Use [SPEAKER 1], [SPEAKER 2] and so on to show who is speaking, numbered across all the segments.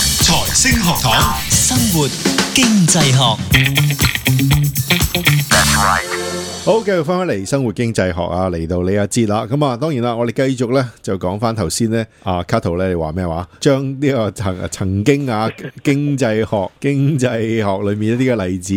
[SPEAKER 1] 星學堂，
[SPEAKER 2] 生活經濟學，
[SPEAKER 3] 好，繼續翻返嚟生活經濟學啊，嚟到呢一節啦。咁啊，當然啦，我哋繼續咧就講翻頭先咧，啊卡圖咧你話咩話？將呢個曾曾經啊 經濟學經濟學裏面一啲嘅例子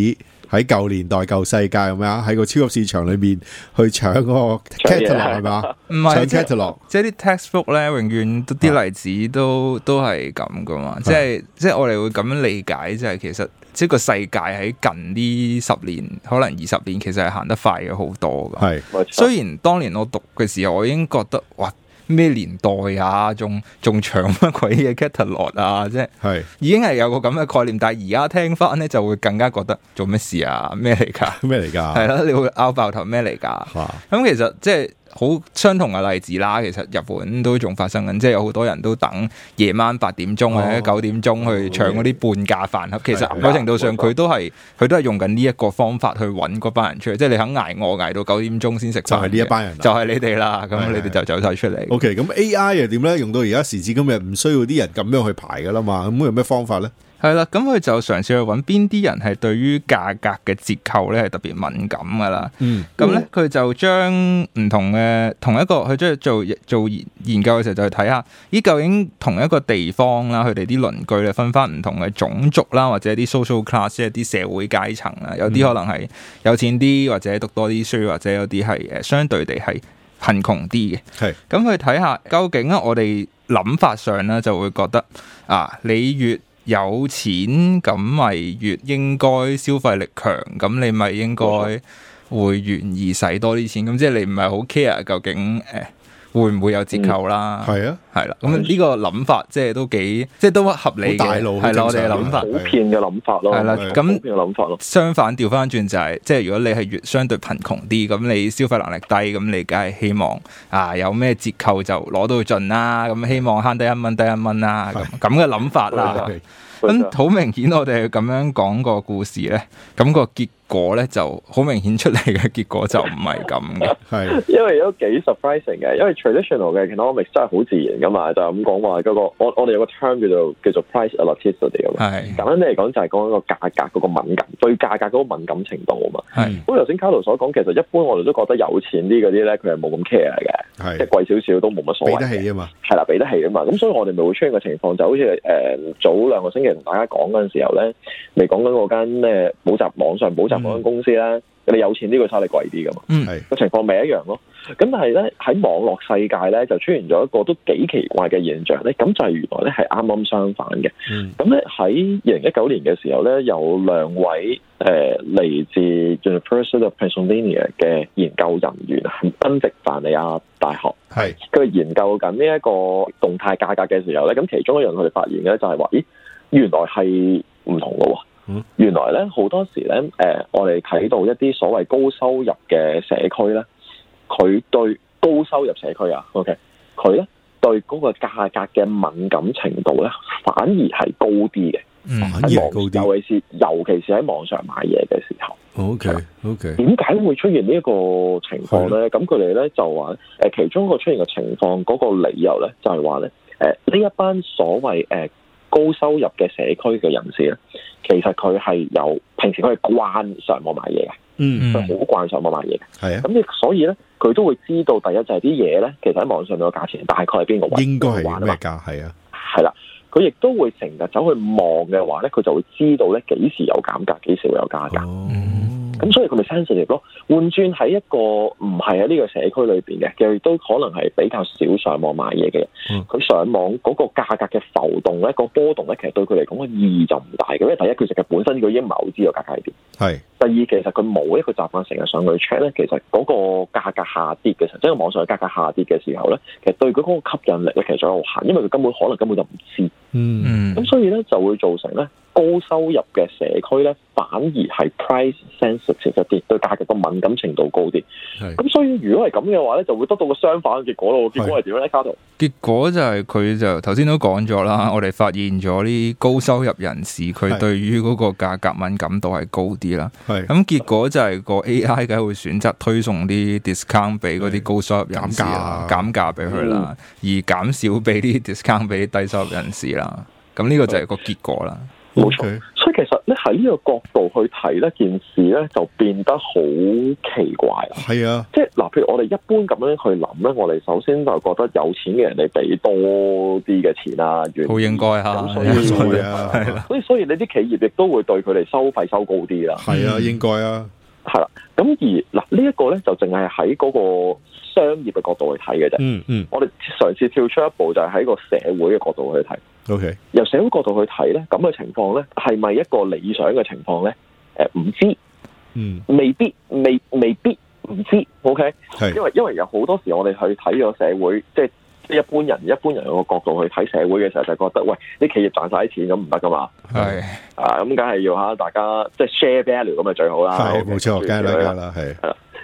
[SPEAKER 3] 喺舊年代舊世界咁樣喺個超級市場裏面去搶嗰個
[SPEAKER 4] 搶嘢
[SPEAKER 3] catalog 係 嘛？
[SPEAKER 5] 唔
[SPEAKER 3] 搶
[SPEAKER 5] 係即係
[SPEAKER 3] catalog
[SPEAKER 5] 即係啲 textbook 咧，永遠都啲例子都都係咁噶嘛。即係即係我哋會咁樣理解，就係其實即係個世界喺近呢十年，可能二十年，其實係行得快咗好多噶。
[SPEAKER 3] 係
[SPEAKER 4] 冇錯
[SPEAKER 5] 雖然當年我讀嘅時候，我已經覺得哇咩年代啊，仲仲搶乜鬼嘢 catalog 啊，即係
[SPEAKER 3] 係
[SPEAKER 5] 已經係有個咁嘅概念。但係而家聽翻咧，就會更加覺得做咩事啊，咩嚟㗎？
[SPEAKER 3] 咩嚟㗎？
[SPEAKER 5] 係啦，你會拗爆頭咩嚟㗎？
[SPEAKER 3] 嚇
[SPEAKER 5] 咁其實即係好相同嘅例子啦。其實日本都仲發生緊，即係有好多人都等夜晚八點鐘或
[SPEAKER 3] 哦
[SPEAKER 5] 者九點鐘去搶嗰啲半價飯盒。其實某程度上佢都係佢都係用緊呢一個方法去揾嗰班人出嚟，即係你肯捱餓捱到九點鐘先食飯嘅，
[SPEAKER 3] 就係呢一班人啦啊
[SPEAKER 5] 就係你哋啦。咁
[SPEAKER 3] 係
[SPEAKER 5] 你哋就走晒出嚟。
[SPEAKER 3] OK，咁 AI 又點咧？用到而家時至今日，唔需要啲人咁樣去排噶啦嘛。咁有咩方法咧？
[SPEAKER 5] 係啦，咁佢就嘗試去揾邊啲人係對於價格嘅折扣咧係特別敏感噶啦。
[SPEAKER 3] 嗯，
[SPEAKER 5] 咁咧佢就將唔同嘅同一個佢即係做做研研究嘅時候，就去睇下咦究竟同一個地方啦，佢哋啲鄰居咧分翻唔同嘅種族啦，或者啲 social class 即係啲社會階層啦，有
[SPEAKER 3] 嗯
[SPEAKER 5] 啲可能係有錢啲，或者讀多啲書，或者有啲係誒相對地係貧窮啲嘅。
[SPEAKER 3] 係
[SPEAKER 5] 咁去睇下究竟咧，我哋諗法上咧就會覺得啊，你越有錢咁咪越應該消費力強，咁你咪應該會願意使多啲錢。咁即係你唔係好 care 究竟誒、呃、會唔會有折扣啦？
[SPEAKER 3] 係啊，
[SPEAKER 5] 係啦，咁呢個諗法即係都幾即係都合理嘅，
[SPEAKER 3] 好大路
[SPEAKER 5] 係啦，
[SPEAKER 3] 好
[SPEAKER 5] 我哋嘅
[SPEAKER 3] 正常
[SPEAKER 5] 諗法
[SPEAKER 4] 普遍嘅諗法咯，
[SPEAKER 5] 係啦。
[SPEAKER 3] 係
[SPEAKER 4] 普
[SPEAKER 5] 咁
[SPEAKER 4] 遍嘅諗法咯，
[SPEAKER 5] 相反調翻轉就係、即係如果你係越相對貧窮啲，咁你消費能力低，咁你梗係希望啊有咩折扣就攞到盡啦，咁希望慳低一蚊低一蚊啦，咁咁嘅諗法啦。
[SPEAKER 3] 係
[SPEAKER 5] 咁好明顯，我哋咁樣講個故事咧，咁、個結果咧就好明顯出嚟嘅結果就唔係咁嘅。
[SPEAKER 3] 係
[SPEAKER 4] 因為都幾 surprising 嘅，因為 traditional 嘅 economics 真係好自然噶嘛，就係咁講話嗰個我我哋有個 term 叫做叫做 price elasticity 咁嘛。
[SPEAKER 5] 係
[SPEAKER 4] 簡單啲嚟講，就係講一個價格嗰個敏感，對價格嗰個敏感程度啊嘛。
[SPEAKER 5] 係
[SPEAKER 4] 咁頭先卡 a 所講，其實一般我哋都覺得有錢啲嗰啲咧，佢係冇咁 care 嘅，即係
[SPEAKER 3] 係
[SPEAKER 4] 貴少少都冇乜所
[SPEAKER 3] 俾
[SPEAKER 4] 謂。
[SPEAKER 3] 得起啊嘛，
[SPEAKER 4] 係啦，俾得起啊嘛，咁所以我哋咪會出現個情況，就好似誒、呃早兩個星期同大家講嗰陣時候咧，咪講緊嗰間咩補習網上補習嗰間公司咧，你有錢啲佢收你貴啲噶嘛，
[SPEAKER 5] 嗯
[SPEAKER 3] 係
[SPEAKER 4] 個情況咪一樣咯。咁但係咧喺網絡世界咧就出現咗一個都幾奇怪嘅現象咧，咁就係原來咧係啱啱相反嘅。
[SPEAKER 3] 嗯
[SPEAKER 4] 咁咧喺二零一九年嘅時候咧，有兩位誒嚟、自 University of Pennsylvania 嘅研究人員，係賓夕凡尼亞大學。
[SPEAKER 3] 係
[SPEAKER 4] 佢研究緊呢一個動態價格嘅時候咧，咁其中一樣佢哋發現嘅咧就係話，咦，原來係唔同嘅喎。
[SPEAKER 3] 嗯
[SPEAKER 4] 原來咧好多時咧，誒、我哋睇到一啲所謂高收入嘅社區咧，佢對高收入社區啊，OK，佢咧對嗰個價格嘅敏感程度咧，反而係高啲嘅。
[SPEAKER 3] 哦
[SPEAKER 5] 嗯
[SPEAKER 3] 反而
[SPEAKER 4] 喺
[SPEAKER 3] 係
[SPEAKER 4] 網
[SPEAKER 3] 高啲
[SPEAKER 4] 尤其是尤其是喺網上買嘢嘅時候。
[SPEAKER 3] Ừ. ，OK OK，
[SPEAKER 4] 點解會出現呢一個情況咧？咁佢哋咧就話誒，其中一個出現嘅情況嗰、個理由咧，就係話咧誒呢一班所謂誒、呃高收入嘅社區嘅人士咧，其實佢係由平時佢係慣上網買嘢嘅，
[SPEAKER 3] 嗯
[SPEAKER 4] 佢
[SPEAKER 5] 嗯
[SPEAKER 4] 好慣上網買嘢嘅。
[SPEAKER 3] 係啊，
[SPEAKER 4] 咁亦所以咧，佢都會知道第一就係啲嘢咧，其實喺網上面嘅價錢大概係邊個位，
[SPEAKER 3] 應該係
[SPEAKER 4] 玩啊
[SPEAKER 3] 咩
[SPEAKER 4] 嘛
[SPEAKER 3] 價係啊，
[SPEAKER 4] 係啦。佢亦都會成日走去望嘅話咧，佢就會知道咧幾時有減價，幾時會有加價。
[SPEAKER 3] 哦，
[SPEAKER 4] 咁所以佢咪 sensitive 咯。換轉喺一個唔係喺呢個社區裏邊嘅，佢亦都可能係比較少上網買嘢嘅人
[SPEAKER 3] 嗯。
[SPEAKER 4] 佢、上網嗰個價格嘅浮動咧，個波動咧，其實對佢嚟講個意義就唔大嘅。因為第一，佢其實本身佢已經唔係好知個價格係點；
[SPEAKER 3] 係
[SPEAKER 4] 第二，其實佢冇一個習慣成日上去 check 咧，其實嗰個價格下跌嘅時候，即係網上嘅價格下跌嘅時候咧，其實對佢嗰個吸引力咧，其實仲有限，因為佢根本可能根本就唔知。
[SPEAKER 3] 嗯
[SPEAKER 5] 嗯
[SPEAKER 4] 咁所以咧就會造成咧高收入嘅社區咧，反而係 price sensitive 一啲，對價格個敏感程度高啲。
[SPEAKER 3] 係
[SPEAKER 4] 咁所以如果係咁嘅話咧，就會得到個相反嘅結果咯。
[SPEAKER 3] 係
[SPEAKER 4] 結果係點咧？卡圖
[SPEAKER 5] 結果就係佢就頭先都講咗啦，我哋發現咗啲高收入人士佢
[SPEAKER 3] 係
[SPEAKER 5] 對於嗰個價格敏感度係高啲啦。
[SPEAKER 3] 係
[SPEAKER 5] 咁結果就係個 AI 梗係會選擇推送啲 discount 俾嗰啲高收入人士啦，
[SPEAKER 3] 減價
[SPEAKER 4] 哦
[SPEAKER 5] 減價俾佢啦，而減少俾啲 discount 俾低收入人士啦。咁呢個就係個結果啦。
[SPEAKER 4] 冇錯所以其實咧喺呢個角度去睇呢件事咧就變得好奇怪啊！
[SPEAKER 3] 系啊，
[SPEAKER 4] 即係嗱，譬如我哋一般咁樣去諗咧，我哋首先就覺得有錢嘅人你俾多啲嘅錢啊，願
[SPEAKER 5] 好應該嚇
[SPEAKER 4] 咁所
[SPEAKER 5] 有
[SPEAKER 3] 冇
[SPEAKER 5] 所
[SPEAKER 3] 所
[SPEAKER 4] 以
[SPEAKER 3] 謂啊，
[SPEAKER 5] 係
[SPEAKER 4] 所以所以你啲企業亦都會對佢哋收費收高啲啦，
[SPEAKER 3] 系啊，
[SPEAKER 5] 嗯
[SPEAKER 3] 应該啊，
[SPEAKER 4] 係啦。咁而嗱呢一個咧就淨係喺嗰個商業嘅角度去睇嘅啫。
[SPEAKER 3] 嗯嗯
[SPEAKER 4] 我哋嘗試跳出一步，就係喺個社會嘅角度去睇。
[SPEAKER 3] ，OK，
[SPEAKER 4] 由社會角度去睇咧，咁嘅情況咧係咪一個理想嘅情況咧？誒、唔知，
[SPEAKER 3] 嗯
[SPEAKER 4] 未必，未未必唔知。OK。
[SPEAKER 3] 係
[SPEAKER 4] 因為因為有好多時我哋去睇咗社會，即係一般人一般人個角度去睇社會嘅時候，就覺得喂，啲企業賺晒啲錢咁唔得噶嘛，
[SPEAKER 5] 係
[SPEAKER 4] 啊咁梗係要嚇大家即係 share value 咁咪最好
[SPEAKER 3] 係
[SPEAKER 4] 啦。à, OK，
[SPEAKER 3] 冇錯，梗係啦，
[SPEAKER 4] 咁
[SPEAKER 3] 梗
[SPEAKER 4] 樣
[SPEAKER 3] 係啦，係，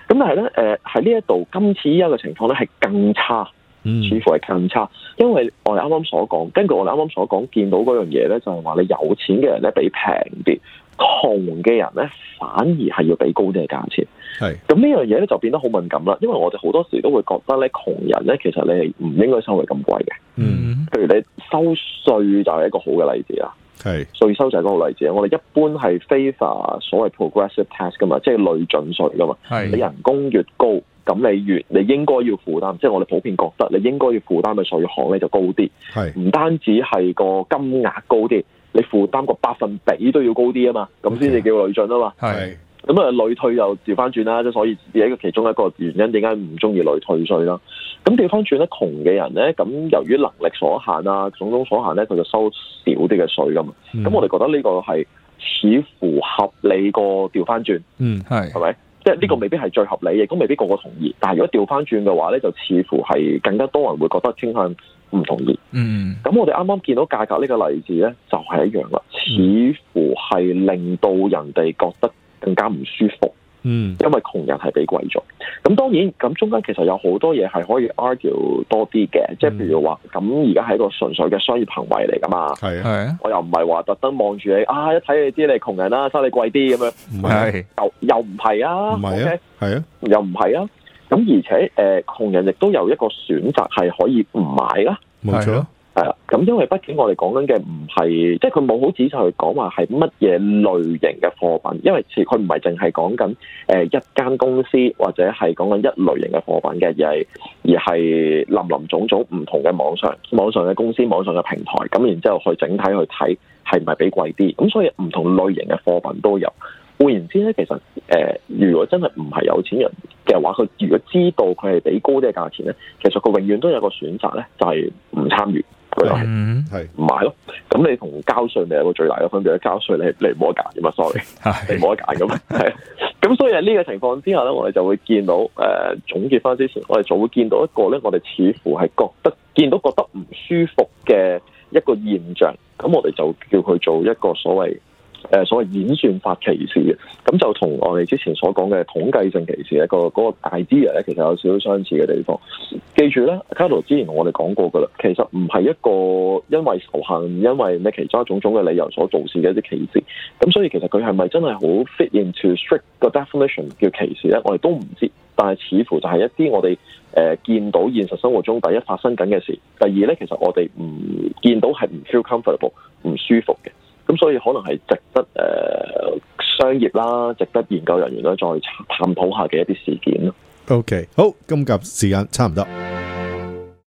[SPEAKER 4] 咁但係咧，誒喺呢一度今次依家嘅情況咧係更差，
[SPEAKER 3] 嗯
[SPEAKER 4] 似乎係更差，因為我哋啱啱所講，根據我哋啱啱所講見到嗰樣嘢咧，就係話你有錢嘅人咧俾平啲，窮嘅人咧反而係要俾高啲嘅價錢。
[SPEAKER 3] 係
[SPEAKER 4] 咁呢樣嘢咧就變得好敏感啦，因為我哋好多時都會覺得咧，窮人咧其實你係唔應該收佢咁貴嘅。
[SPEAKER 3] 嗯
[SPEAKER 4] 譬如你收稅就係一個好嘅例子啦，
[SPEAKER 3] 係
[SPEAKER 4] 稅收就係一個例子。我哋一般係 favor 所謂 progressive tax 噶嘛，即係累進稅噶嘛。你
[SPEAKER 5] 係
[SPEAKER 4] 人工越高，咁你越你應該要負擔，即係我哋普遍覺得你應該要負擔嘅稅項咧就高啲，
[SPEAKER 3] 係
[SPEAKER 4] 唔單止係個金額高啲，你負擔個百分比都要高啲啊嘛，咁先至叫累進啊嘛。
[SPEAKER 5] 係
[SPEAKER 3] 係
[SPEAKER 4] 咁啊，累退又調翻轉啦，即係所以一個其中一個原因點解唔中意累退稅啦。咁調翻轉咧，窮嘅人咧，咁由於能力所限啊，種種所限咧，佢就收少啲嘅稅噶嘛。
[SPEAKER 3] Ừ.
[SPEAKER 4] 咁、我哋覺得呢個係似乎合理過調翻轉，
[SPEAKER 3] 嗯
[SPEAKER 5] 係
[SPEAKER 4] 係咪？即係呢個未必係最合理，亦都未必個個同意。但係如果調翻轉嘅話咧，就似乎係更加多人會覺得傾向唔同意。
[SPEAKER 5] 嗯
[SPEAKER 4] 咁我哋啱啱見到價格呢個例子咧，就係、一樣啦，
[SPEAKER 3] 嗯
[SPEAKER 4] 似乎係令到人哋覺得更加唔舒服。
[SPEAKER 3] 嗯
[SPEAKER 4] 因為窮人係俾貴咗。咁當然，咁中間其實有好多嘢係可以 argue 多啲嘅，即係譬如話，
[SPEAKER 3] 嗯
[SPEAKER 4] 咁而家係一個純粹嘅商業行為嚟噶嘛。
[SPEAKER 3] 係啊，
[SPEAKER 5] 係啊
[SPEAKER 4] 我又唔係話特登望住你啊，一睇你知你係窮人啦，收你貴啲咁樣，
[SPEAKER 3] 唔係啊
[SPEAKER 5] 係
[SPEAKER 4] 又又唔係啊，
[SPEAKER 3] 唔係啊
[SPEAKER 4] OK？，
[SPEAKER 3] 係啊，
[SPEAKER 4] 又唔係啊。咁而且誒、呃，窮人亦都有一個選擇係可以唔買啦。
[SPEAKER 3] 冇
[SPEAKER 5] 係
[SPEAKER 3] 錯
[SPEAKER 5] 咯，
[SPEAKER 4] 係啦，咁因為畢竟我哋講緊嘅唔係，即係佢冇好仔細去講話係乜嘢類型嘅貨品，因為似佢唔係淨係講緊誒呃一間公司或者係講緊一類型嘅貨品嘅，而係而係林林種種唔同嘅網上網上嘅公司、網上嘅平台，咁然之後去整體去睇係唔係比貴啲，咁所以唔同類型嘅貨品都有。換言之咧，其實誒、呃如果真係唔係有錢人嘅話，佢如果知道佢係俾高啲嘅價錢咧，其實佢永遠都有個選擇咧，就係、唔參與。佢就係
[SPEAKER 5] 嗯
[SPEAKER 3] 係
[SPEAKER 4] 啊唔買咯。咁你同交税咪有個最大嘅分別咧？交税你係你冇得揀噶嘛，sorry，你
[SPEAKER 5] 係
[SPEAKER 4] 冇得揀噶嘛，係。咁所以喺呢個情況之下咧，我哋就會見到誒、呃、總結翻之前，我哋就會見到一個咧，我哋似乎係覺得見到覺得唔舒服嘅一個現象，咁我哋就叫佢做一個所謂。誒、所謂演算法歧視嘅，咁就同我哋之前所講嘅統計性歧視一個嗰、個 idea 咧，其實有少少相似嘅地方。記住咧，卡羅之前我哋講過噶啦，其實唔係一個因為仇恨、因為咩其他種種嘅理由所造成嘅一啲歧視，咁所以其實佢係咪真係好 fit into strict 個 definition 叫歧視咧？我哋都唔知，但係似乎就係一啲我哋誒、呃、見到現實生活中第一發生緊嘅事，第二咧其實我哋唔見到係唔 feel comfortable 唔舒服嘅。咁所以可能係值得誒、呃商業啦，值得研究人員咧再探討下嘅一啲事件咯。
[SPEAKER 3] ，OK，好，今集時間差唔多。